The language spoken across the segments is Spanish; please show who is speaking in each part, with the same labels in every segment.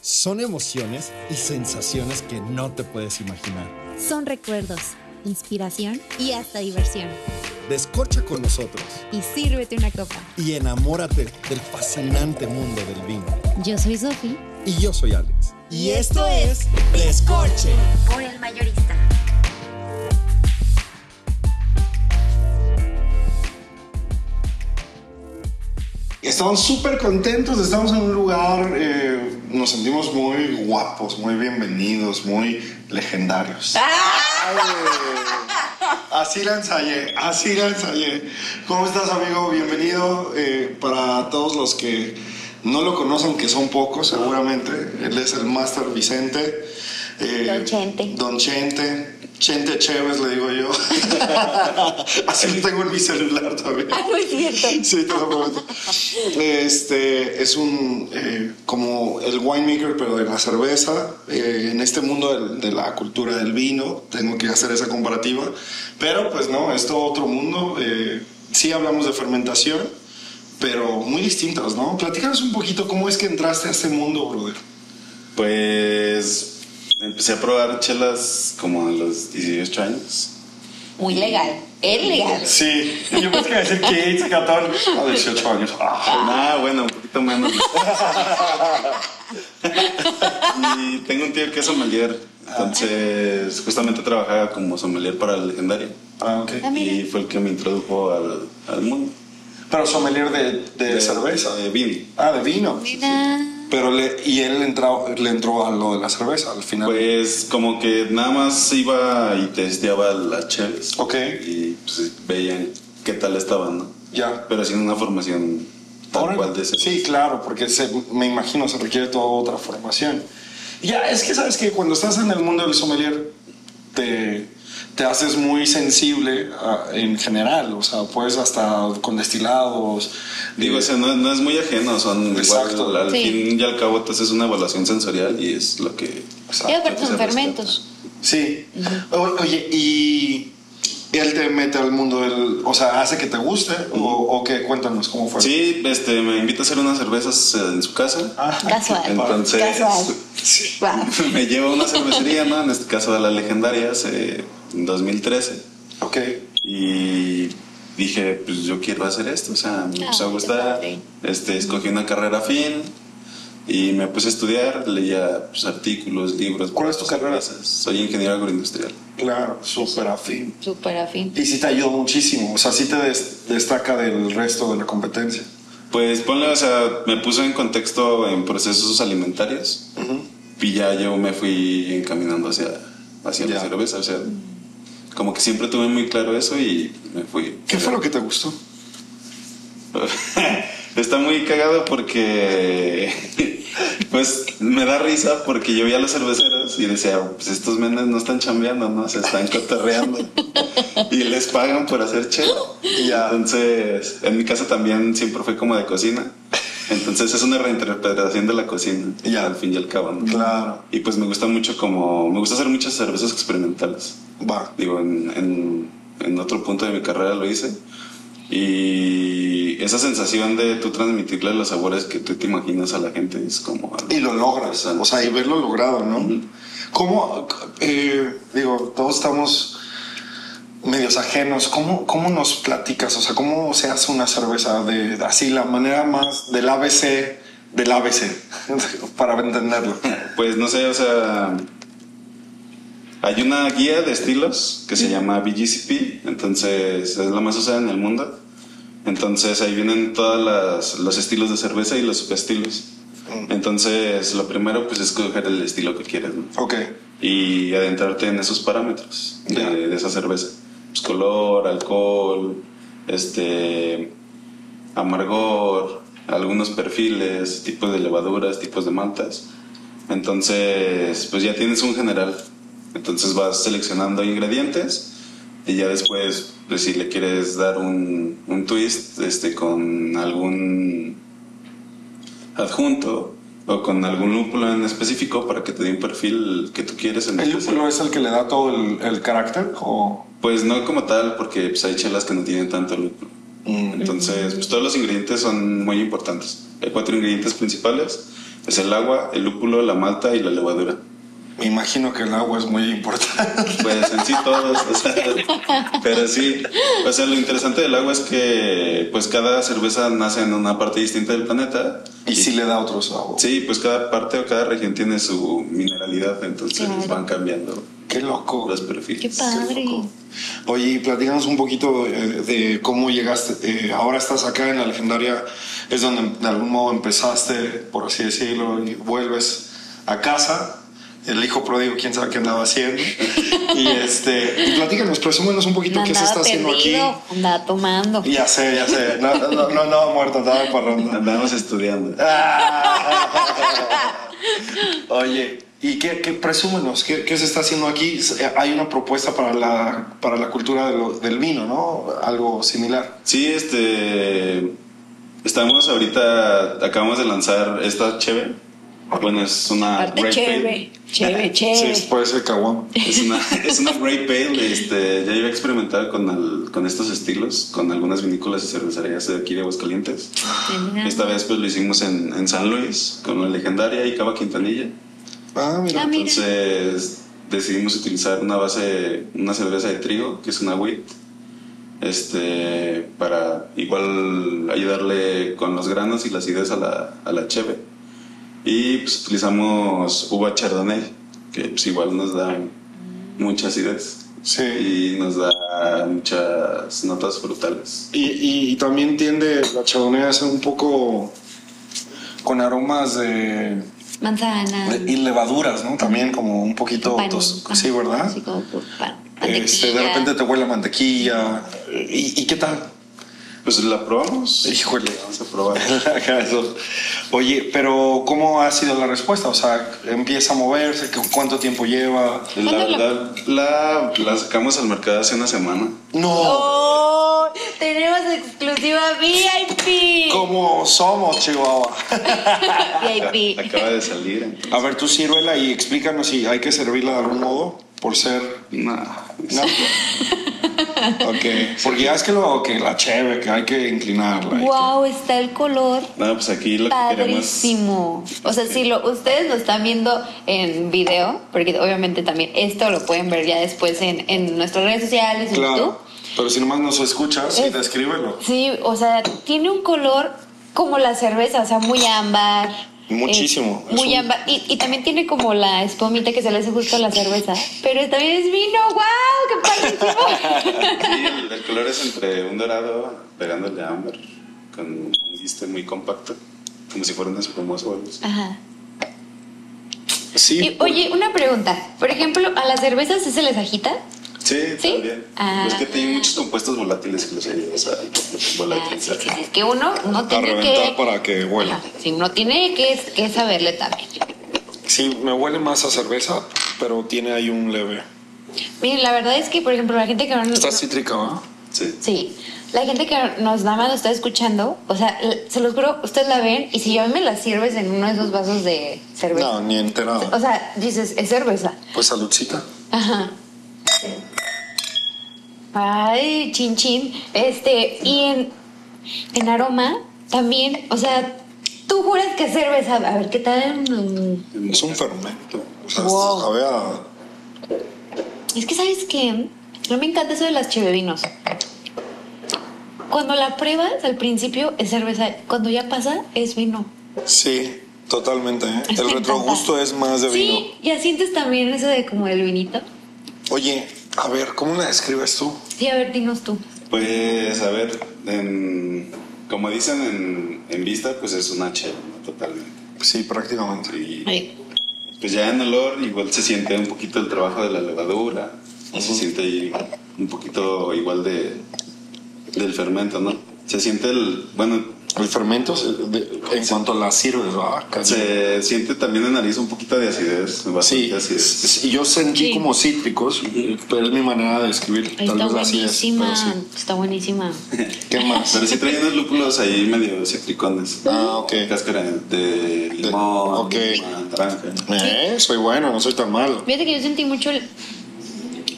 Speaker 1: Son emociones y sensaciones que no te puedes imaginar.
Speaker 2: Son recuerdos, inspiración y hasta diversión.
Speaker 1: Descorcha con nosotros
Speaker 2: Y sírvete una copa.
Speaker 1: y enamórate del fascinante mundo del vino.
Speaker 2: Yo soy Sofi.
Speaker 1: Y yo soy Alex.
Speaker 2: Y esto es
Speaker 1: Descorche.
Speaker 2: Por el mayorista.
Speaker 3: Estamos súper contentos, estamos en un lugar, eh, nos sentimos muy guapos, muy bienvenidos, muy legendarios.
Speaker 4: Ah.
Speaker 3: Ay, Así la ensayé, así la ensayé. ¿Cómo estás amigo? Bienvenido eh, para todos los que no lo conocen, que son pocos seguramente. Él es el Master Vicente. eh,
Speaker 4: Don Chente.
Speaker 3: Don Chente. Chente Chévez le digo yo. así lo tengo en mi celular también.
Speaker 4: Ah, no es cierto.
Speaker 3: Sí, te lo prometo. Este es un eh, como el winemaker, pero de la cerveza. Eh, en este mundo del- de, la cultura del vino, tengo que hacer esa comparativa. Pero pues no, es todo otro mundo. Eh, sí hablamos de fermentación, pero muy distintas, ¿no? Platícanos un poquito cómo es que entraste a este mundo, brother.
Speaker 5: Pues empecé a probar chelas como a los 18 años.
Speaker 4: Muy legal. Es legal.
Speaker 3: Sí, yo pensé que decir kids, 14, a 18 años.
Speaker 5: Ah, bueno, un poquito menos. y tengo un tío que es sommelier. Entonces, justamente trabajaba como sommelier para el legendario.
Speaker 3: Ah, ok.
Speaker 4: Ah, mira.
Speaker 5: Y fue el que me introdujo al, al mundo.
Speaker 3: Pero sommelier de, de, cerveza.
Speaker 5: De vino.
Speaker 3: Ah, de vino.
Speaker 2: Mira.
Speaker 3: Pero le, y él entró, le entró a lo de la cerveza al final.
Speaker 5: Pues como que nada más iba y testeaba las chelas.
Speaker 3: Ok.
Speaker 5: Y pues veían qué tal estaban, ¿no?
Speaker 3: Ya.
Speaker 5: Pero sin una formación tal
Speaker 3: Órale.
Speaker 5: cual de cerveza.
Speaker 3: Sí, claro, porque se- me imagino se requiere toda otra formación. Ya, es que sabes que cuando estás en el mundo del sommelier, te, te haces muy sensible a- en general, o sea, puedes hasta con destilados.
Speaker 5: Digo, o sea, no, no es muy ajeno, son
Speaker 3: Exacto.
Speaker 5: igual, al
Speaker 2: Sí.
Speaker 5: fin y al cabo, entonces es una evaluación sensorial y es lo que...
Speaker 3: Exacto.
Speaker 4: Yo, pero
Speaker 5: que se
Speaker 4: son fermentos.
Speaker 3: Sí. O- Oye, y él te mete al mundo del. O sea, hace que te guste, o, o qué, cuéntanos cómo fue.
Speaker 5: Sí, este, me invita a hacer unas cervezas eh, en su casa,
Speaker 3: Ah,
Speaker 4: Casual.
Speaker 5: entonces
Speaker 4: Casual.
Speaker 3: sí.
Speaker 4: Wow.
Speaker 5: me lleva a una cervecería, ¿no? En este caso a las legendarias, eh, en 2013,
Speaker 3: Ok.
Speaker 5: y dije, pues yo quiero hacer esto, o sea, me empezó
Speaker 4: Ah,
Speaker 5: a
Speaker 4: qué
Speaker 5: gustar,
Speaker 4: padre.
Speaker 5: este, escogí una carrera afín y me puse a estudiar, leía pues, artículos, libros.
Speaker 3: ¿Cuál es tu carrera?
Speaker 5: Soy ingeniero agroindustrial.
Speaker 3: Claro, súper afín.
Speaker 4: Súper afín.
Speaker 3: Y sí te ayudó muchísimo, o sea, sí te des- destaca del resto de la competencia.
Speaker 5: Pues ponle, o sea, me puso en contexto en procesos alimentarios y ya yo me fui encaminando hacia, hacia
Speaker 3: Ya.
Speaker 5: la cerveza, o sea, como que siempre tuve muy claro eso y me fui.
Speaker 3: ¿Qué fue lo que te gustó?
Speaker 5: Está muy cagado porque, pues, me da risa porque yo vi a los cerveceros y decía, pues estos menes no están chambeando, ¿no? Se están cotorreando y les pagan por hacer chela. Y ya, entonces, en mi casa también siempre fue como de cocina. Entonces es una reinterpretación de la cocina,
Speaker 3: Ya.
Speaker 5: al fin y al cabo. ¿no?
Speaker 3: Claro,
Speaker 5: Y pues me gusta mucho como, me gusta hacer muchas cervezas experimentales
Speaker 3: va.
Speaker 5: digo, en, en- en otro punto de mi carrera lo hice. Y esa sensación de tú transmitirle los sabores que tú te imaginas a la gente es como... algo
Speaker 3: Y lo logras,
Speaker 5: interesante.
Speaker 3: o sea, y verlo logrado, ¿no?
Speaker 5: Ujú.
Speaker 3: ¿Cómo, eh, digo, todos estamos medios ajenos, ¿Cómo, ¿cómo nos platicas? O sea, ¿cómo se hace una cerveza de así, la manera más del ABC, del ABC, para entenderlo?
Speaker 5: Pues no sé, o sea... Hay una guía de estilos que se llama BGCP, entonces es la más usada en el mundo. Entonces ahí vienen todos los estilos de cerveza y los subestilos. Entonces lo primero pues es escoger el estilo que quieres, ¿no?
Speaker 3: Ok,
Speaker 5: y adentrarte en esos parámetros de,
Speaker 3: Ya.
Speaker 5: de esa cerveza. Pues, color, alcohol, este amargor, algunos perfiles, tipos de levaduras, tipos de maltas. Entonces, pues ya tienes un general. Entonces vas seleccionando ingredientes y ya después, pues si le quieres dar un, un twist este, con algún adjunto o con algún lúpulo en específico para que te dé un perfil que tú quieres. En
Speaker 3: ¿el
Speaker 5: especial.
Speaker 3: lúpulo es el que le da todo el, el carácter o...?
Speaker 5: Pues no como tal, porque pues, hay chelas que no tienen tanto lúpulo.
Speaker 3: mm,
Speaker 5: Entonces, pues todos los ingredientes son muy importantes. Hay cuatro ingredientes principales Es el agua, el lúpulo, la malta y la levadura.
Speaker 3: Me imagino que el agua es muy importante.
Speaker 5: Pues en sí todos, o sea, pero sí, o sea, lo interesante del agua es que pues cada cerveza nace en una parte distinta del planeta.
Speaker 3: y sí le da otro sabor.
Speaker 5: Sí, pues cada parte o cada región tiene su mineralidad, entonces
Speaker 2: Claro.
Speaker 5: van cambiando
Speaker 3: Qué loco.
Speaker 5: los perfiles.
Speaker 2: Qué padre.
Speaker 3: Oye, y platícanos un poquito eh, de cómo llegaste. eh, ahora estás acá en la legendaria, es donde de algún modo empezaste, por así decirlo, y vuelves a casa. El hijo pródigo, quién sabe qué andaba haciendo. y este, y platícanos, presúmenos un poquito
Speaker 2: No
Speaker 3: qué se está
Speaker 2: andaba
Speaker 3: haciendo aquí.
Speaker 2: perdido, andaba tomando.
Speaker 3: Ya sé, ya sé. No, no, no andaba muerto, andaba parranda.
Speaker 5: Andamos estudiando.
Speaker 3: Ah. Oye, ¿y qué, qué presúmenos? ¿Qué, qué se está haciendo aquí? Eh, Hay una propuesta para la, para la cultura de lo- del vino, ¿no? Algo similar.
Speaker 5: Sí, este. Estamos ahorita. Acabamos de lanzar esta Cheve. Bueno, es una.
Speaker 4: Aparte,
Speaker 5: Great Pale.
Speaker 4: chévere, chévere,
Speaker 2: Eh.
Speaker 4: chévere.
Speaker 3: puede ser caguán.
Speaker 5: Es una, es una Great Pale. Este, ya iba a experimentar con, el- con estos estilos, con algunas vinícolas y cervecerías de aquí de Aguascalientes.
Speaker 4: Ah.
Speaker 5: Esta vez, pues lo hicimos en, en San Luis, con la legendaria y Cava Quintanilla.
Speaker 3: Ah, mira.
Speaker 2: Ah, mira.
Speaker 5: Entonces decidimos utilizar una base, una cerveza de trigo, que es una wheat, este, para igual ayudarle con los granos y las ideas a la, a la cheve. Y pues utilizamos uva chardonnay, que pues igual nos da mucha acidez
Speaker 3: Sí.
Speaker 5: y nos da muchas notas frutales.
Speaker 3: Y, y- y también tiende la chardonnay a ser un poco con aromas de,
Speaker 2: Manzana.
Speaker 3: de- y levaduras, ¿no? También como un poquito...
Speaker 2: Ah. pan,
Speaker 3: tos-
Speaker 2: pan,
Speaker 3: sí, ¿verdad?
Speaker 2: Sí, como por pan.
Speaker 3: Este, de
Speaker 2: mantequilla.
Speaker 3: repente te huele a mantequilla. ¿Y, y qué tal?
Speaker 5: Pues la probamos.
Speaker 3: Híjole.
Speaker 5: Vamos a probar.
Speaker 3: Acá eso. Oye, pero ¿cómo ha sido la respuesta? O sea, empieza a moverse, ¿cu- ¿cuánto tiempo lleva?
Speaker 5: La
Speaker 2: ¿Cuándo la-
Speaker 5: verdad, la, la sacamos al mercado hace una semana.
Speaker 3: No,
Speaker 4: ¡Oh! Tenemos exclusiva VIP.
Speaker 3: ¿cómo somos, Chihuahua?
Speaker 2: VIP.
Speaker 5: Acaba de salir. entonces.
Speaker 3: A ver, tú sírvela y explícanos si hay que servirla de algún modo por ser...
Speaker 5: No.
Speaker 3: No. Ok, porque ya es que lo que la cheve, que hay que inclinarla. y-
Speaker 2: Wow, está el color
Speaker 5: No, pues aquí lo que queremos.
Speaker 2: padrísimo.
Speaker 4: O sea, si lo, ustedes lo están viendo en video, porque obviamente también esto lo pueden ver ya después en, en nuestras redes sociales, en YouTube.
Speaker 3: Claro, pero si nomás nos escuchas, sí,
Speaker 4: Es-
Speaker 3: descríbelo.
Speaker 4: Sí, o sea, tiene un color como la cerveza, o sea, muy ámbar.
Speaker 3: Muchísimo,
Speaker 4: Eh,
Speaker 3: es
Speaker 4: muy
Speaker 3: un-
Speaker 4: ámbar. Y, y también tiene como la espumita que se le hace justo a la cerveza. Pero también es vino, ¡guau! ¡Qué padrísimo!
Speaker 5: Sí, el, el color es entre un dorado pegándole a ámbar con un guiste muy compacto, como si fuera una espumosa o algo así.
Speaker 4: Ajá.
Speaker 3: Sí,
Speaker 4: Y,
Speaker 3: por-
Speaker 4: oye, una pregunta. Por ejemplo, ¿a las cervezas sí se les agita?
Speaker 5: Sí,
Speaker 4: ¿Sí?
Speaker 5: también.
Speaker 4: Ah.
Speaker 5: Es que tiene muchos compuestos volátiles que los ayudan a volatilizar.
Speaker 4: Ah, Sí, sí, sí, que uno no
Speaker 3: a
Speaker 4: tiene
Speaker 3: reventar
Speaker 4: que...
Speaker 3: para que huela.
Speaker 4: Ajá, sí, uno tiene que, que saberle también.
Speaker 3: Sí, me huele más a cerveza, pero tiene ahí un leve.
Speaker 4: Miren, la verdad es que, por ejemplo, la gente que no...
Speaker 3: Está cítrica, ¿va?
Speaker 5: Sí.
Speaker 4: Sí, la gente que nos nada más nos está escuchando, o sea, l- se los juro, ustedes la ven y si yo me la sirves en uno de esos vasos de cerveza,
Speaker 3: No, ni enterada.
Speaker 4: o sea, dices, es cerveza.
Speaker 3: Pues saludcita.
Speaker 4: Ajá. Ay, chin chin. Este, y en, en aroma también, o sea, tú juras que es cerveza. A ver, ¿qué tal? Mm,
Speaker 3: Es un fermento. O sea,
Speaker 4: Wow.
Speaker 3: sabe a-
Speaker 4: Es que, ¿sabes qué? No me encanta eso de las chevevinos. Cuando la pruebas al principio es cerveza, cuando ya pasa es vino.
Speaker 3: Sí, totalmente. ¿eh?
Speaker 4: Eso
Speaker 3: El
Speaker 4: me
Speaker 3: retrogusto
Speaker 4: encanta.
Speaker 3: es más de vino.
Speaker 4: Sí, ya sientes también eso de como el vinito.
Speaker 3: Oye, a ver, ¿cómo la describes tú?
Speaker 4: Sí, a ver, dinos tú.
Speaker 5: Pues, a ver, en- como dicen en, en vista, pues es una chela, ¿no? totalmente.
Speaker 3: Sí, prácticamente.
Speaker 5: Y-
Speaker 4: Ay,
Speaker 5: Pues ya en olor igual se siente un poquito el trabajo de la levadura, se siente ahí un poquito igual de del fermento, ¿no? Se siente el, bueno,
Speaker 3: El fermento, se- de- en cuanto a la sirves, va. Casi.
Speaker 5: se siente también en la nariz un poquito de acidez, bastante
Speaker 3: Sí,
Speaker 5: acidez.
Speaker 3: sí, yo sentí
Speaker 4: Sí.
Speaker 3: como cítricos, pero es mi manera de describir. Tal
Speaker 4: está
Speaker 3: vez así es.
Speaker 4: buenísima,
Speaker 3: pero sí.
Speaker 4: está buenísima.
Speaker 3: ¿Qué más?
Speaker 5: Pero sí trae unos lúpulos ahí medio citricones.
Speaker 3: Ah, ok.
Speaker 5: Cáscara de limón,
Speaker 3: ok.
Speaker 5: naranja.
Speaker 3: Eh, soy bueno, no soy tan malo.
Speaker 4: Fíjate que yo sentí mucho el-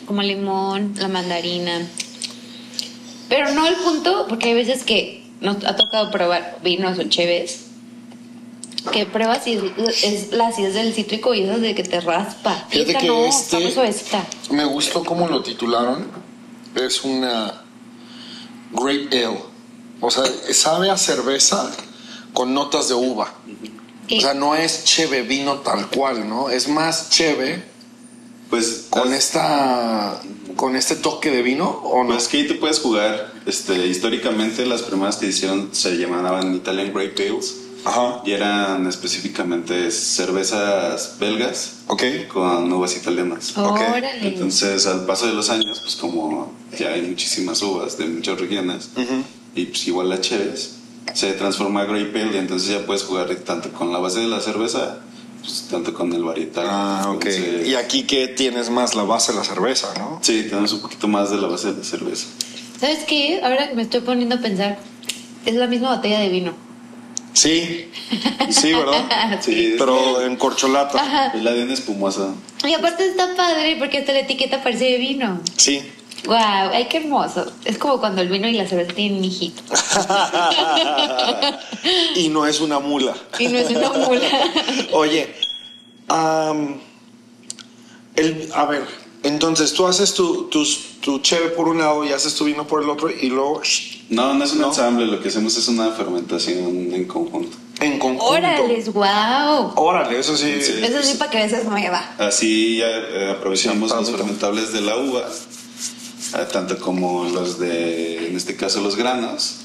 Speaker 4: como el limón, la mandarina. Pero no al punto, porque hay veces que nos ha tocado probar vinos o cheves que pruebas y es la acidez del cítrico y eso de que te raspa. Y
Speaker 3: Fíjate
Speaker 4: esta
Speaker 3: que
Speaker 4: no,
Speaker 3: este-
Speaker 4: está muy suavecita.
Speaker 3: Me gustó cómo lo titularon. Es una grape ale. O sea, sabe a cerveza con notas de uva.
Speaker 4: Y-
Speaker 3: O sea, no es cheve vino tal cual, ¿no? Es más cheve
Speaker 5: Pues
Speaker 3: con este
Speaker 5: haz-
Speaker 3: esta con este toque de vino o no.
Speaker 5: Pues que ahí tú puedes jugar. Este, históricamente las primeras que hicieron se llamaban Italian Grape Ales
Speaker 3: Ajá.
Speaker 5: y eran específicamente cervezas belgas
Speaker 3: Ok.
Speaker 5: con uvas italianas.
Speaker 3: Ok,
Speaker 4: Órale.
Speaker 5: Entonces, al paso de los años, pues como ya hay muchísimas uvas de muchas regiones y pues igual la cheves, se transforma a grape ale y entonces ya puedes jugar tanto con la base de la cerveza, pues tanto con el varietal.
Speaker 3: Ah, ok.
Speaker 5: Entonces,
Speaker 3: Y aquí que tienes más la base de la cerveza, ¿no?
Speaker 5: Sí, tenemos un poquito más de la base de la cerveza.
Speaker 4: ¿Sabes qué? Ahora que me estoy poniendo a pensar, es la misma botella de vino.
Speaker 3: Sí. Sí, ¿verdad?
Speaker 5: Sí, es-
Speaker 3: Pero en corcholata.
Speaker 5: Es la de una espumosa.
Speaker 4: Y aparte está padre porque hasta la etiqueta parece de vino.
Speaker 3: Sí.
Speaker 4: ¡Guau! ¡Ay, qué hermoso! Es como cuando el vino y la cerveza tienen un hijito.
Speaker 3: Y no es una mula.
Speaker 4: Y no es una mula.
Speaker 3: Oye, am, el- a ver, entonces tú haces tu, tus- tu cheve por un lado y haces tu vino por el otro y luego shh,
Speaker 5: No, no es un
Speaker 3: No.
Speaker 5: ensamble, lo que hacemos es una fermentación en conjunto.
Speaker 3: en conjunto.
Speaker 4: ¡Órales! ¡Guau!
Speaker 3: Órale, eso sí.
Speaker 5: Sí.
Speaker 4: Eso sí, para que veas es nueva.
Speaker 5: Así ya eh, aprovechamos los
Speaker 3: Tanto.
Speaker 5: fermentables de la uva, ah, tanto como los de, en este caso, los granos,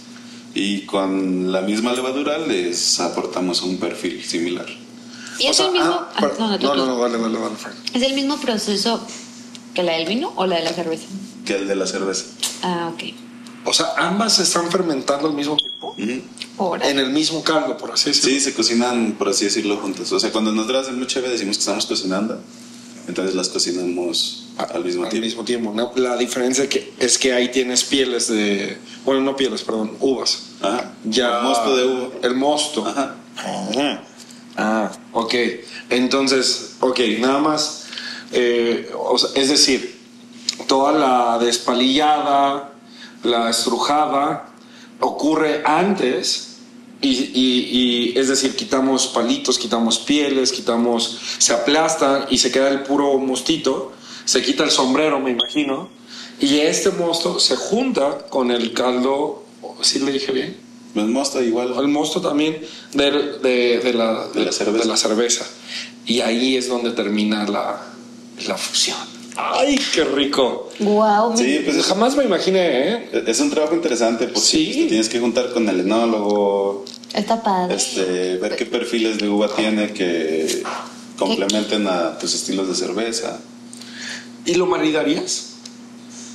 Speaker 5: y con la misma levadura les aportamos un perfil similar.
Speaker 4: ¿Y
Speaker 3: O
Speaker 4: es
Speaker 3: sea,
Speaker 4: el mismo?
Speaker 3: ah,
Speaker 4: ah,
Speaker 3: pero-
Speaker 4: no, no, tú,
Speaker 3: no,
Speaker 4: tú.
Speaker 3: no, no, dale, dale, dale, Fran.
Speaker 4: ¿Es el mismo proceso que la del vino o la de la cerveza?
Speaker 5: Que el de la cerveza.
Speaker 4: Ah, ok.
Speaker 3: O sea, ambas se están fermentando al mismo tiempo,
Speaker 5: Ujú.
Speaker 4: Órale.
Speaker 3: en el mismo caldo, por así decirlo.
Speaker 5: Sí, se cocinan, por así decirlo, juntas. O sea, cuando nosotros hacemos cheve decimos que estamos cocinando, entonces las cocinamos al mismo
Speaker 3: Ah, Al
Speaker 5: tiempo.
Speaker 3: mismo tiempo, ¿no? La diferencia que es que ahí tienes pieles de. Bueno, no pieles, perdón, uvas.
Speaker 5: Ajá.
Speaker 3: Ya.
Speaker 5: El mosto de uva.
Speaker 3: El mosto.
Speaker 5: Ajá.
Speaker 3: Ajá. Ah, ok. Entonces, ok, nada más. eh, o sea, es decir, toda la despalillada, la estrujada, ocurre antes. Y, y- y, es decir, quitamos palitos, quitamos pieles, quitamos. Se aplastan y se queda el puro mostito. Se quita el sombrero, me imagino. Y este mosto se junta con el caldo. ¿Sí le dije bien?
Speaker 5: El mosto igual.
Speaker 3: el mosto también del- de, de la,
Speaker 5: De la cerveza.
Speaker 3: de la cerveza. Y ahí es donde termina la, la fusión. ¡Ay, qué rico!
Speaker 4: ¡Guau!
Speaker 5: Sí, pues es-
Speaker 3: Jamás me imaginé, ¿eh?
Speaker 5: Es un trabajo interesante porque
Speaker 3: Sí.
Speaker 5: pues, te tienes que juntar con el enólogo,
Speaker 4: Está padre.
Speaker 5: este, ver qué perfiles de uva tiene que complementen a tus estilos de cerveza.
Speaker 3: ¿Y lo maridarías?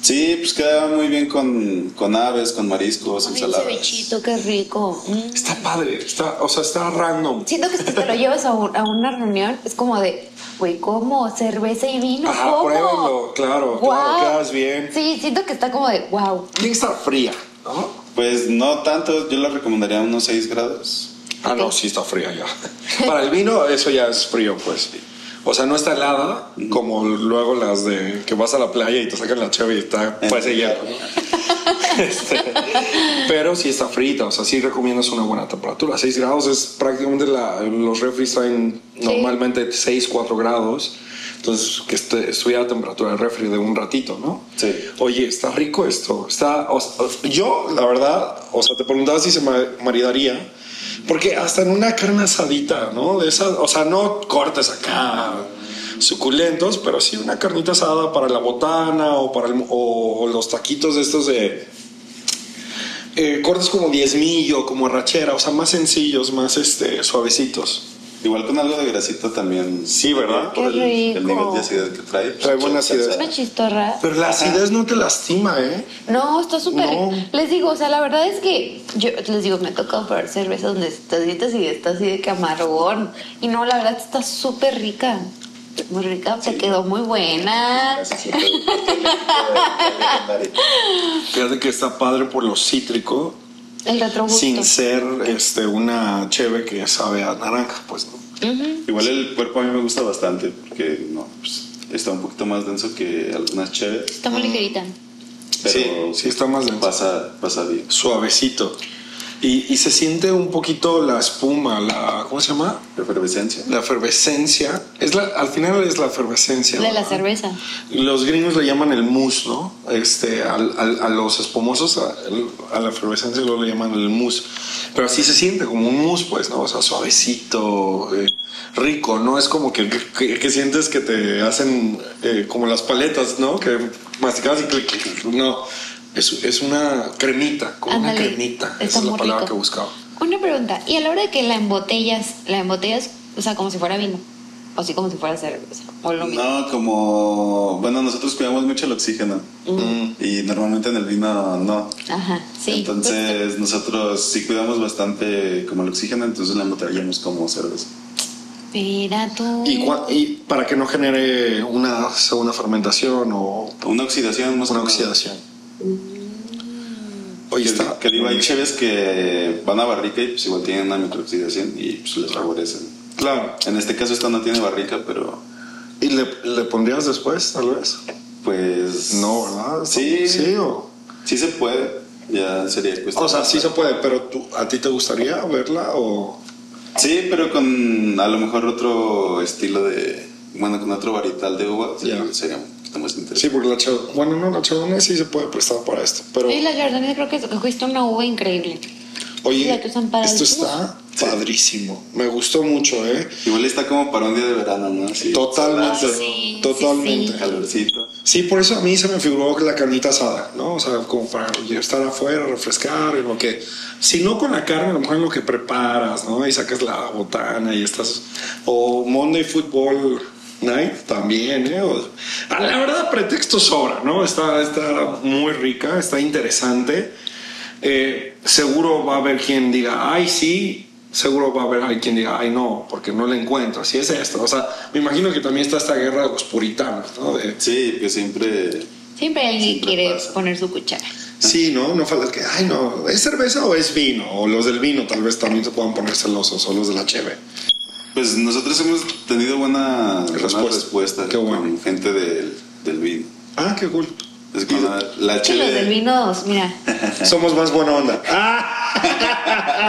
Speaker 5: Sí, pues queda muy bien con, con aves, con mariscos,
Speaker 6: Ay,
Speaker 5: ensaladas.
Speaker 6: cevichito, qué rico. Mm.
Speaker 3: Está padre, está, o sea, está random.
Speaker 4: Siento que si te lo llevas a, un- a una reunión, es como de, güey, ¿cómo? Cerveza y vino,
Speaker 3: Ajá,
Speaker 4: ¿cómo?
Speaker 3: pruébenlo, claro, claro,
Speaker 4: Guau.
Speaker 3: quedas bien.
Speaker 4: Sí, siento que está como de, wow.
Speaker 3: Tiene que estar fría, ¿no?
Speaker 5: Pues no tanto, yo lo recomendaría unos 6 grados.
Speaker 3: Ah, no, sí está fría ya. Para el vino, eso ya es frío, pues. O sea, no está helada como luego las de que vas a la playa y te sacan la cheve y está pues de hielo. ¿no? Este, pero sí está frita, o sea, sí recomiendas una buena temperatura. 6 grados es prácticamente la, los refris traen normalmente 6, 4 grados. Entonces, que esté, estuviera la temperatura del refri de un ratito, ¿no?
Speaker 5: Sí.
Speaker 3: Oye, está rico esto. Está, o sea, yo, la verdad, o sea, te preguntaba si se ma- maridaría, porque hasta en una carne asadita, ¿no? De esas, o sea, no cortes acá suculentos, pero sí una carnita asada para la botana o para el- o- o los taquitos de estos de eh, cortes como diezmillo, como rachera, o sea, más sencillos, más este, suavecitos.
Speaker 5: Igual con algo de grasita también.
Speaker 3: Sí, ¿verdad?
Speaker 5: Por el,
Speaker 4: Qué
Speaker 5: el
Speaker 4: rico.
Speaker 5: nivel de acidez que trae. pues,
Speaker 3: Trae buena
Speaker 5: se
Speaker 3: acidez.
Speaker 5: alcanza.
Speaker 4: Una chistorra.
Speaker 3: Pero la acidez no te lastima, ¿eh?
Speaker 4: No, está súper.
Speaker 3: No.
Speaker 4: Les digo, o sea, la verdad es que yo les digo, me ha tocado probar cerveza donde estás y estás y está así de que amargón. Y no, la verdad está súper rica. Muy rica, se quedó muy buena.
Speaker 5: Gracias a todo.
Speaker 3: Fíjate que está padre por lo cítrico,
Speaker 4: El retrogusto.
Speaker 3: sin ser este, una cheve que sabe a naranja, pues no.
Speaker 5: Igual el cuerpo a mí me gusta bastante porque no, pues, está un poquito más denso que algunas chéves,
Speaker 6: Está muy ligerita.
Speaker 5: pero
Speaker 3: Sí, sí está más denso.
Speaker 5: pasa, pasa bien.
Speaker 3: Suavecito. Y, y se siente un poquito la espuma, la. ¿Cómo se llama?
Speaker 5: Efervescencia.
Speaker 3: La efervescencia. Es la, al final es la efervescencia.
Speaker 4: De la
Speaker 3: ¿verdad?
Speaker 4: cerveza.
Speaker 3: Los gringos le llaman el mousse, ¿no? Este, al- al- a los espumosos, a, el- a la efervescencia luego le llaman el mousse. Pero así se siente, como un mousse, pues, ¿no? O sea, suavecito, eh, rico, ¿no? Es como que, que- que sientes que te hacen eh, como las paletas, ¿no? Que masticabas y clic, clic, clic. No, es, es una cremita, como una
Speaker 4: Ándale.
Speaker 3: cremita.
Speaker 4: Está
Speaker 3: Esa es la
Speaker 4: muy
Speaker 3: palabra
Speaker 4: rico.
Speaker 3: que buscaba.
Speaker 4: Una pregunta. ¿Y a la hora de que la embotellas, la embotellas, o sea, como si fuera vino? O así como si fuera cerveza. O lo mismo.
Speaker 5: No, como. Bueno, nosotros cuidamos mucho el oxígeno.
Speaker 4: Mm.
Speaker 3: Mm.
Speaker 5: Y normalmente en el vino no.
Speaker 4: Ajá, sí.
Speaker 5: entonces nosotros sí cuidamos bastante como el oxígeno, entonces la embotellamos como cerveza.
Speaker 4: Mira tú.
Speaker 3: Y, cua- y para que no genere una segunda fermentación o
Speaker 5: Una oxidación más
Speaker 3: una Mm.
Speaker 5: que nada.
Speaker 3: oxidación. Oye,
Speaker 5: Que-
Speaker 3: está.
Speaker 5: Que digo, hay cheves que van a barrica y pues igual tienen una microoxidación y pues les favorecen.
Speaker 3: Claro.
Speaker 5: En este caso esta no tiene barrica, pero
Speaker 3: ¿Y le, le pondrías después, tal vez?
Speaker 5: pues...
Speaker 3: No, ¿verdad?
Speaker 5: Sí, sí,
Speaker 3: Sí, o,
Speaker 5: se puede. Ya sería cuestión.
Speaker 3: o sea, sí se puede, pero tú, ¿a ti te gustaría verla o...?
Speaker 5: Sí, pero con a lo mejor otro estilo de... Bueno, con otro varietal de uva sí,
Speaker 3: Ya.
Speaker 5: sería un poquito más
Speaker 3: Sí,
Speaker 5: interesante.
Speaker 3: porque la Chardonnay... Bueno, no, la Chardonnay sí se puede prestar para esto, pero...
Speaker 4: Sí, la Chardonnay creo que cogiste una uva increíble.
Speaker 3: Oye,
Speaker 4: la que usan para el
Speaker 3: esto
Speaker 4: jugo.
Speaker 3: está padrísimo. Me gustó mucho, ¿eh?
Speaker 5: Igual está como para un día de verano, ¿no? Sí,
Speaker 3: Totalmente,
Speaker 4: Ah, sí,
Speaker 3: totalmente.
Speaker 4: sí,
Speaker 5: Calorcito.
Speaker 3: Sí, por eso a mí se me figuró la carnita asada, ¿no? O sea, como para estar afuera, refrescar, en lo que. Si no con la carne, a lo mejor en lo que preparas, ¿no? Y sacas la botana y estás. O Monday Football Night también, ¿eh? O- a la verdad, pretexto sobra, ¿no? Está, está muy rica, está interesante. Eh, seguro va a haber quien diga, ay, sí. Seguro va a haber alguien quien diga, ay, no, porque no la encuentro. Así es esto. O sea, me imagino que también está esta guerra de los puritanos, ¿no? De,
Speaker 5: Sí, que siempre...
Speaker 4: Siempre alguien
Speaker 5: Siempre
Speaker 4: quiere
Speaker 5: pasa.
Speaker 4: poner su cuchara.
Speaker 3: Sí, ¿no? No falta el que, ay, no, ¿es cerveza o es vino? O los del vino tal vez también se puedan poner celosos, o los de la cheve.
Speaker 5: Pues nosotros hemos tenido buena, buenas
Speaker 3: Respuesta.
Speaker 5: respuestas
Speaker 3: Qué bueno.
Speaker 5: con gente del, del vino.
Speaker 3: Ah, qué cool.
Speaker 5: Es que la, la
Speaker 4: Sí, los
Speaker 5: cheve-
Speaker 4: del vino, mira.
Speaker 3: Somos más buena onda. Ah,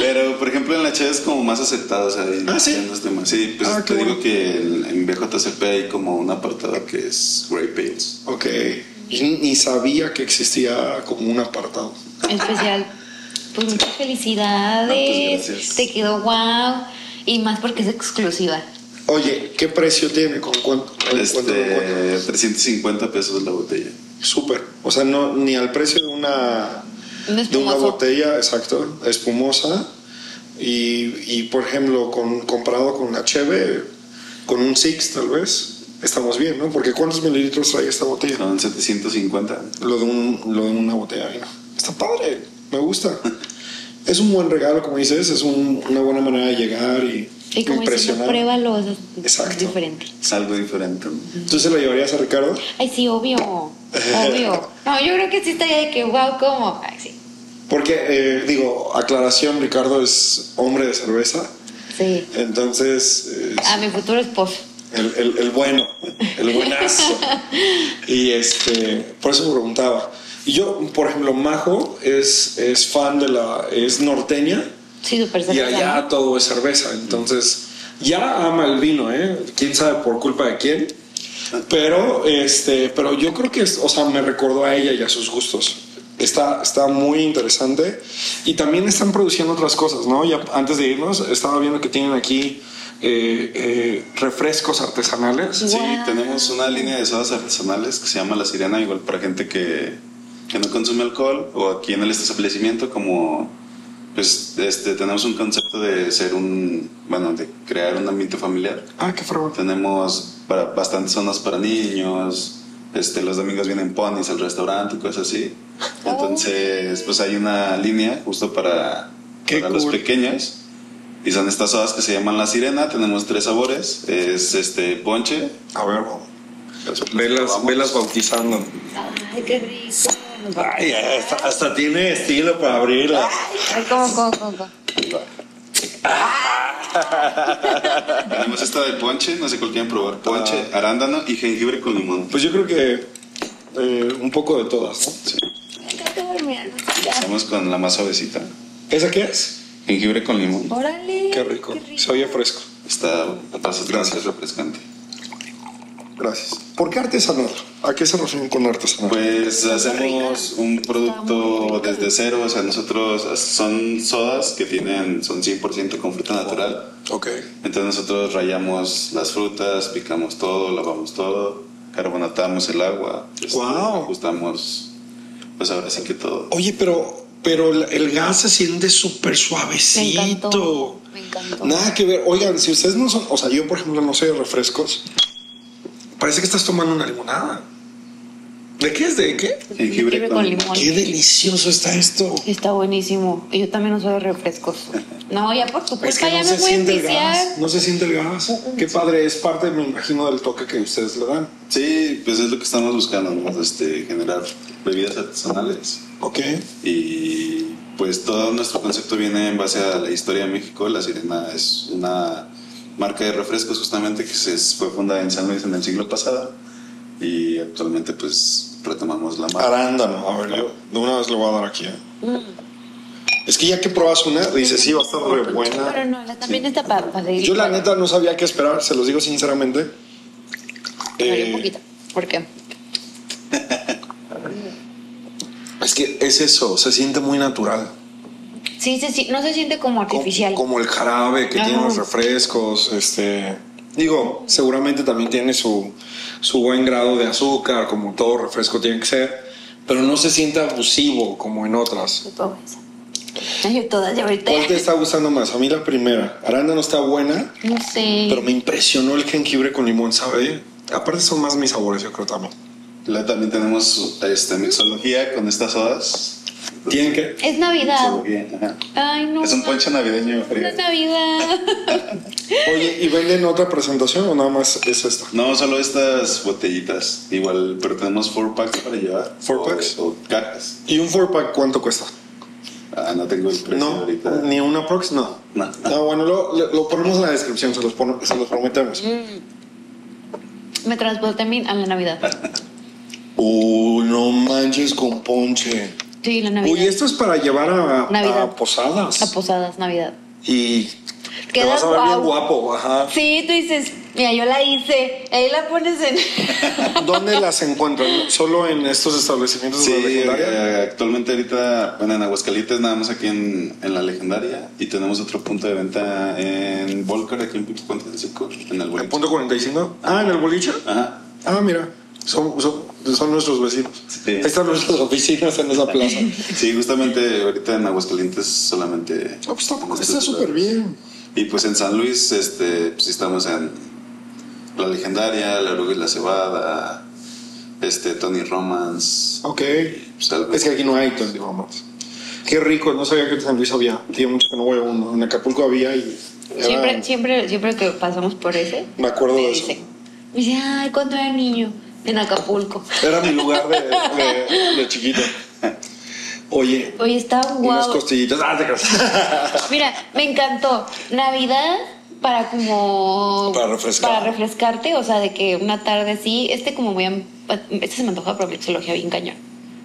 Speaker 5: Pero, por ejemplo, en la cheve es como más aceptada, o sea, hay
Speaker 3: Ah, ¿sí?
Speaker 5: distintos temas. Sí, pues
Speaker 3: Ah, qué
Speaker 5: te digo
Speaker 3: bueno.
Speaker 5: que en, en BJCP hay como un apartado que es Grey Pales.
Speaker 3: ok. Y ni sabía que existía como un apartado.
Speaker 4: especial. Pues muchas felicidades.
Speaker 5: Ah, pues, gracias.
Speaker 4: Te quedó wow. Y más porque es exclusiva.
Speaker 3: Oye, ¿qué precio tiene? ¿Con cuánto? ¿Con cuánto lo encuentras?
Speaker 5: Este, 350 pesos la botella.
Speaker 3: Súper. O sea, no, ni al precio de una,
Speaker 4: Un
Speaker 3: de una
Speaker 4: espumoso.
Speaker 3: botella, exacto, espumosa. Y, y, por ejemplo, con, comparado con la Cheve, con un Six tal vez, estamos bien, ¿no? Porque ¿cuántos mililitros trae esta botella?
Speaker 5: Son 750.
Speaker 3: Lo, de un, lo de una botella de vino. Está padre, me gusta. Es un buen regalo, como dices, es un- una buena manera de llegar y,
Speaker 4: Y como diciendo,
Speaker 3: impresionar.
Speaker 4: pruébalo. o sea, Es
Speaker 3: Exacto.
Speaker 4: diferente.
Speaker 5: Es algo diferente.
Speaker 3: ¿Tú se la llevarías a Ricardo?
Speaker 4: Ay, sí, obvio. Obvio. No, yo creo que sí estaría de que wow, ¿cómo? Ay, sí.
Speaker 3: Porque, eh, digo, aclaración, Ricardo es hombre de cerveza.
Speaker 4: Sí.
Speaker 3: Entonces, eh,
Speaker 4: A mi futuro esposo.
Speaker 3: el, el- el bueno, el buenazo. y este, por eso preguntaba. Y yo, por ejemplo, Majo es, es fan de la, es norteña
Speaker 4: Sí, súper
Speaker 3: y
Speaker 4: cercana.
Speaker 3: allá todo es cerveza. Entonces, ya ama el vino, ¿eh? Quién sabe por culpa de quién. Pero, este, pero yo creo que, es- o sea, me recordó a ella y a sus gustos. Está, está muy interesante. Y también están produciendo otras cosas, ¿no? Ya antes de irnos, estaba viendo que tienen aquí eh, eh, refrescos artesanales.
Speaker 5: Sí,
Speaker 4: Wow.
Speaker 5: tenemos una línea de sodas artesanales que se llama La Sirena, igual para gente que, que no consume alcohol o aquí en el establecimiento como pues este tenemos un concepto de ser un bueno, de crear un ambiente familiar.
Speaker 3: Ah, qué fregón.
Speaker 5: Tenemos para bastantes zonas para niños. Este, los domingos vienen ponis al restaurante y cosas así. Entonces, pues hay una línea justo para,
Speaker 3: Qué
Speaker 5: para los
Speaker 3: cool.
Speaker 5: pequeños. Y son estas sodas que se llaman la sirena. Tenemos tres sabores. Es este ponche,
Speaker 3: A ver, vamos. Velas, velas bautizando.
Speaker 4: Ay, qué rico. Nos va-
Speaker 3: Ay, hasta, hasta tiene estilo para abrirla.
Speaker 4: Ay, ¿cómo, cómo, cómo, cómo?
Speaker 5: Tenemos esta de ponche, no sé cuál quieren probar.
Speaker 3: Ah.
Speaker 5: Ponche, arándano y jengibre con limón.
Speaker 3: Pues yo creo que eh, un poco de todas, ¿no?
Speaker 4: Me encanta dormir.
Speaker 5: Empezamos con la más suavecita.
Speaker 3: ¿Esa qué es?
Speaker 5: Jengibre con limón.
Speaker 4: Órale.
Speaker 3: Qué rico. Se oye fresco.
Speaker 5: Está bastante refrescante.
Speaker 3: Gracias. ¿Por qué artesanal? ¿A qué se refieren con artesanal?
Speaker 5: Pues hacemos un producto desde cero, o sea, nosotros son sodas que tienen, son 100% con fruta natural.
Speaker 3: ok.
Speaker 5: Entonces nosotros rayamos las frutas, picamos todo, lavamos todo, carbonatamos el agua, este,
Speaker 3: Guau.
Speaker 5: ajustamos, pues ahora sí que todo.
Speaker 3: Oye, pero, pero el- el gas se siente súper
Speaker 4: Me
Speaker 3: suavecito.
Speaker 4: encantó. Me encantó.
Speaker 3: Nada que ver. Oigan, si ustedes no son, o sea, yo por ejemplo no soy de refrescos. Parece que estás tomando una limonada. ¿De qué es? ¿De qué?
Speaker 4: Jengibre con limón.
Speaker 3: Qué delicioso está esto.
Speaker 4: Está buenísimo. Y yo también uso de refrescos. No, ya por tu culpa
Speaker 3: Es que
Speaker 4: ya
Speaker 3: no
Speaker 4: Pues me
Speaker 3: se
Speaker 4: voy a
Speaker 3: siente el
Speaker 4: enviciar.
Speaker 3: gas. No se siente el gas. Qué padre, es parte, me imagino, del toque que ustedes le dan.
Speaker 5: Sí, pues es lo que estamos buscando, ¿no? este, generar bebidas artesanales.
Speaker 3: Ok.
Speaker 5: y pues todo nuestro concepto viene en base a la historia de México. La Sirena es una marca de refrescos justamente que se fue fundada en San Luis en el siglo pasado y actualmente pues retomamos la marca.
Speaker 3: Arándano. A ver, yo de una vez le voy a dar aquí. ¿eh? Es que ya que probas una, dices, sí, va a estar re
Speaker 4: Mm. Pero
Speaker 3: buena.
Speaker 4: no, la también está para seguir.
Speaker 3: Yo la neta no sabía qué esperar, se los digo sinceramente.
Speaker 4: Pero un
Speaker 3: Eh,
Speaker 4: poquito. ¿Por qué?
Speaker 3: es que es eso, se siente muy natural.
Speaker 4: Sí, se si- no se siente como
Speaker 3: Co-
Speaker 4: artificial. Ah.
Speaker 3: Como el jarabe que
Speaker 4: Ajá.
Speaker 3: tiene los refrescos, este. Digo, seguramente también tiene su, su buen grado de azúcar, como todo refresco tiene que ser, pero no se siente abusivo como en otras.
Speaker 4: Yo pongo esa. Ay, Yo todas ya ahorita.
Speaker 3: ¿Cuál te está gustando más? A mí la primera. Aranda no está buena,
Speaker 4: No sé.
Speaker 3: pero me impresionó el jengibre con limón, ¿sabe? Aparte son más mis sabores, yo creo también.
Speaker 5: Luego también tenemos este, mixología con estas sodas.
Speaker 3: ¿Tienen que?
Speaker 4: Es Navidad.
Speaker 5: Mixología, ajá.
Speaker 4: Ay, no.
Speaker 5: Es un ponche navideño
Speaker 4: No
Speaker 5: frío.
Speaker 4: es Navidad.
Speaker 3: Oye, ¿y venden otra presentación o nada más es esta?
Speaker 5: No, solo estas botellitas. Igual, pero tenemos four packs para llevar.
Speaker 3: ¿Four
Speaker 5: O-
Speaker 3: packs?
Speaker 5: O cajas.
Speaker 3: ¿Y un 4-pack cuánto cuesta?
Speaker 5: Ah, no tengo el precio
Speaker 3: No,
Speaker 5: ahorita.
Speaker 3: ni una prox, no.
Speaker 5: No.
Speaker 3: No, bueno, lo, lo- lo ponemos en la descripción, se los, pon- se los prometemos.
Speaker 4: Me transporté a mi- a la Navidad.
Speaker 3: Uh, no manches con ponche.
Speaker 4: Sí, la Navidad.
Speaker 3: Uy, esto es para llevar a,
Speaker 4: Navidad.
Speaker 3: a posadas.
Speaker 4: A posadas, Navidad.
Speaker 3: y te
Speaker 4: Queda
Speaker 3: vas a ver bien
Speaker 4: guau.
Speaker 3: guapo, ajá.
Speaker 4: Sí, tú dices, mira, yo la hice. Ahí la pones en.
Speaker 3: ¿Dónde las encuentran? ¿Solo en estos establecimientos
Speaker 5: Sí,
Speaker 3: de la legendaria?
Speaker 5: eh, actualmente ahorita, bueno, en Aguascalientes nada más aquí en, en la legendaria y tenemos otro punto de venta en Volcar, aquí en Pico Puente del Secor, en el
Speaker 3: ¿En
Speaker 5: boliche.
Speaker 3: punto 45? Ah, ¿en el boliche?
Speaker 5: Ajá.
Speaker 3: Ah, mira. Son, son, son nuestros vecinos.
Speaker 5: Sí.
Speaker 3: Ahí están nuestras oficinas en esa plaza.
Speaker 5: Sí, justamente ahorita en Aguascalientes solamente...
Speaker 3: No, pues
Speaker 5: en
Speaker 3: tampoco
Speaker 5: este
Speaker 3: está
Speaker 5: lugar.
Speaker 3: súper bien.
Speaker 5: Y pues en San Luis, este, pues sí estamos en la legendaria, la oruga y la cebada, este, Tony Romans.
Speaker 3: Ok.
Speaker 5: pues, algo-
Speaker 3: Es que aquí no hay Tony Romans. Qué rico, no sabía que en San Luis había. Tiene mucho que no voy a uno. En Acapulco había y. era-
Speaker 4: Siempre, siempre, siempre que pasamos por ese,
Speaker 3: Ah. Me acuerdo
Speaker 4: me
Speaker 3: de eso.
Speaker 4: dice, me dice, ay, cuando era niño, en Acapulco.
Speaker 3: Era mi lugar de, de, de chiquito. Oye,
Speaker 4: Hoy está
Speaker 3: unas
Speaker 4: guau.
Speaker 3: costillitas. Ah, te creas.
Speaker 4: Mira, me encantó. Navidad para como.
Speaker 3: Para refrescar.
Speaker 4: Para refrescarte, o sea, de que una tarde sí. Este, como voy a. Este se me antoja para mixología bien cañón.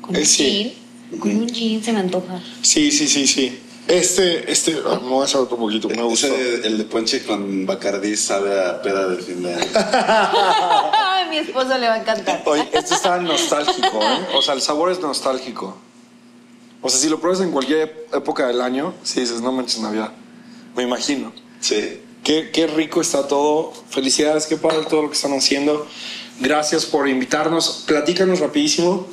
Speaker 4: Con
Speaker 3: Eh,
Speaker 4: un
Speaker 3: sí.
Speaker 4: gin. Con un gin se me antoja.
Speaker 3: Sí, sí, sí, sí. Este, este, ah, me voy a hacer otro poquito, me gustó.
Speaker 5: Ese, el de Ponche con Bacardí sabe a peda de fin de año.
Speaker 3: Ah.
Speaker 4: Ay, mi esposo le va a encantar.
Speaker 3: Oye, este está nostálgico, ¿eh? O sea, el sabor es nostálgico. O sea, si lo pruebas en cualquier época del año, sí dices, no manches Navidad. Me imagino.
Speaker 5: Sí.
Speaker 3: Qué, qué rico está todo. Felicidades, qué padre todo lo que están haciendo. Gracias por invitarnos. Platícanos rapidísimo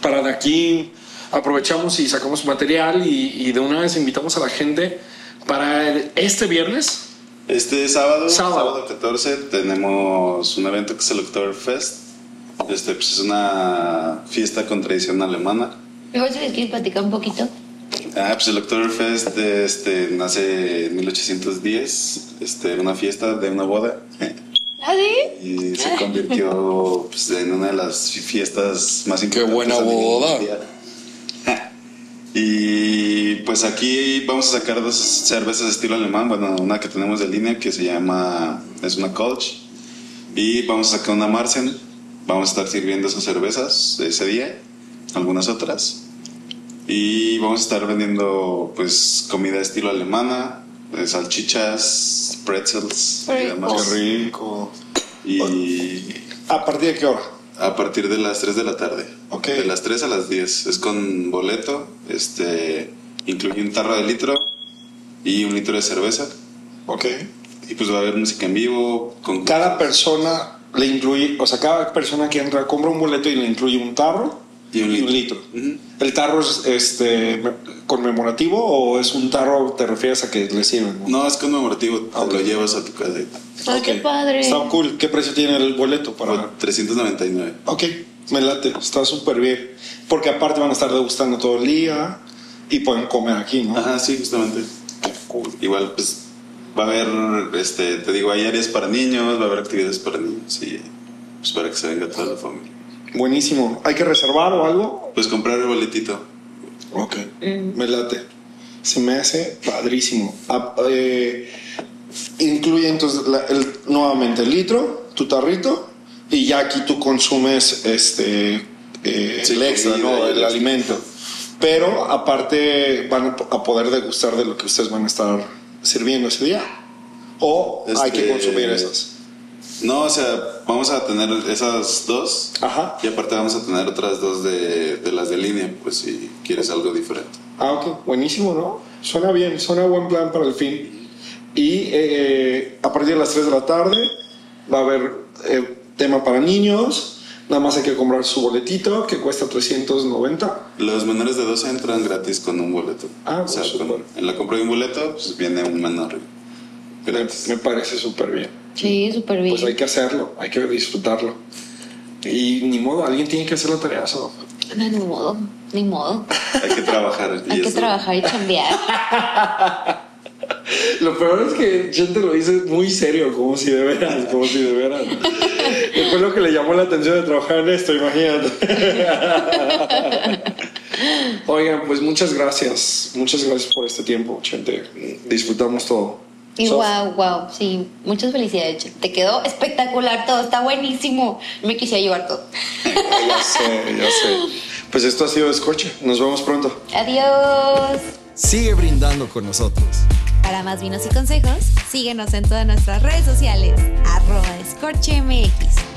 Speaker 3: para de aquí aprovechamos y sacamos material y, y de una vez invitamos a la gente para el- este viernes.
Speaker 5: Este sábado,
Speaker 3: Sábado.
Speaker 5: sábado, 14, tenemos un evento que es el Oktoberfest. Este, pues, es una fiesta con tradición alemana.
Speaker 4: Igual si les quieres platicar un poquito.
Speaker 5: Ah, pues el Oktoberfest este, nace en 1810, este, una fiesta de una boda.
Speaker 4: ¿Ah, sí?
Speaker 5: Y se convirtió pues, en una de las fiestas más importantes.
Speaker 3: buena
Speaker 5: a nivel
Speaker 3: boda!
Speaker 5: mundial. Y pues aquí vamos a sacar dos cervezas estilo alemán. Bueno, una que tenemos de línea que se llama. Es una Kolsch. Y vamos a sacar una Marsen. Vamos a estar sirviendo esas cervezas ese día. Algunas otras. Y vamos a estar vendiendo pues comida estilo alemana, eh, salchichas, pretzels y
Speaker 4: Rico.
Speaker 5: demás.
Speaker 3: rico.
Speaker 5: Y
Speaker 3: ¿A partir de qué hora?
Speaker 5: a partir de las 3 de la tarde.
Speaker 3: Ok.
Speaker 5: De las 3 a las 10. Es con boleto, este incluye un tarro de litro y un litro de cerveza.
Speaker 3: Ok.
Speaker 5: Y pues va a haber música en vivo. Con
Speaker 3: Cada persona le incluye, o sea, cada persona que entra compra un boleto y le incluye un tarro
Speaker 5: Y un litro. Ujú.
Speaker 3: ¿El tarro es este, conmemorativo o es un tarro, te refieres a que le sirven?
Speaker 5: No, es conmemorativo, te
Speaker 3: Ah, ok.
Speaker 5: lo llevas a tu casa.
Speaker 4: Ay,
Speaker 3: Ok.
Speaker 4: qué padre.
Speaker 3: Está cool. ¿Qué precio tiene el boleto para...?
Speaker 5: Por 399.
Speaker 3: Ok, me late. Está súper bien. Porque aparte van a estar degustando todo el día y pueden comer aquí, ¿no?
Speaker 5: Ajá, sí, justamente. Igual, pues va a haber, este, te digo, hay áreas para niños, va a haber actividades para niños y pues para que se venga toda la familia.
Speaker 3: Buenísimo. ¿Hay que reservar o algo?
Speaker 5: Pues comprar el boletito.
Speaker 3: Ok, me late. Se me hace padrísimo. Ah, eh, incluye entonces la- el- nuevamente el litro, tu tarrito, y ya aquí tú consumes este eh,
Speaker 5: Sí,
Speaker 3: el extra,
Speaker 5: comida
Speaker 3: ¿no?
Speaker 5: y
Speaker 3: el
Speaker 5: el-
Speaker 3: alimento. Pero aparte van a po- a poder degustar de lo que ustedes van a estar sirviendo ese día. O hay que
Speaker 5: Este-
Speaker 3: consumir esas.
Speaker 5: No, o sea, vamos a tener esas dos
Speaker 3: Ajá.
Speaker 5: y aparte vamos a tener otras dos de, de las de línea, pues si quieres algo diferente.
Speaker 3: Ah, ok, buenísimo, ¿no? Suena bien, suena buen plan para el fin. Y eh, a partir de las 3 de la tarde va a haber eh, tema para niños. Nada más hay que comprar su boletito que cuesta 390.
Speaker 5: Los menores de 12 entran gratis con un boleto.
Speaker 3: Ah,
Speaker 5: o sea,
Speaker 3: pues,
Speaker 5: con-
Speaker 3: súper.
Speaker 5: en la compra de un boleto, pues viene un menor. Gratis.
Speaker 3: Me parece súper bien.
Speaker 4: Sí, súper bien.
Speaker 3: Pues hay que hacerlo, hay que disfrutarlo. Y ni modo, alguien tiene que hacer la tarea. so.
Speaker 4: No, ni modo, ni modo.
Speaker 5: Hay que trabajar. y
Speaker 4: Hay que
Speaker 5: eso-
Speaker 4: trabajar y cambiar.
Speaker 7: Lo peor es que gente lo dice muy serio, como si de veras, como si de veras.
Speaker 3: Que Fue lo que le llamó la atención de trabajar en esto, imagínate.
Speaker 7: Oigan, pues muchas gracias. Muchas gracias por este tiempo, gente. Disfrutamos todo.
Speaker 4: Y
Speaker 7: So-
Speaker 4: wow, wow, sí, muchas felicidades. Chen. Te quedó espectacular todo, está buenísimo. Me quisiera llevar todo.
Speaker 7: Ya sé, ya sé.
Speaker 3: Pues esto ha sido Escorche. Nos vemos pronto.
Speaker 4: Adiós.
Speaker 1: Sigue brindando con nosotros.
Speaker 2: Para más vinos y consejos, síguenos en todas nuestras redes sociales. Arroba escorchemx.